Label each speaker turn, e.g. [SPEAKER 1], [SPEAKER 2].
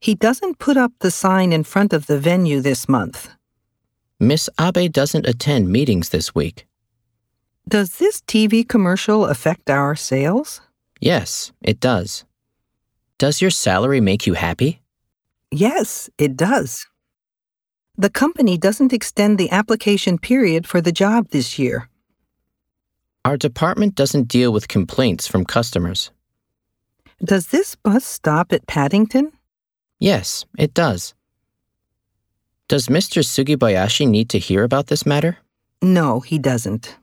[SPEAKER 1] He doesn't put up the sign in front of the venue this month.
[SPEAKER 2] Miss Abe doesn't attend meetings this week.
[SPEAKER 1] Does this TV commercial affect our sales?
[SPEAKER 2] Yes, it does. Does your salary make you happy?
[SPEAKER 1] Yes, it does. The company doesn't extend the application period for the job this year.
[SPEAKER 2] Our department doesn't deal with complaints from customers.
[SPEAKER 1] Does this bus stop at Paddington?
[SPEAKER 2] Yes, it does. Does Mr. Sugibayashi need to hear about this matter?
[SPEAKER 1] No, he doesn't.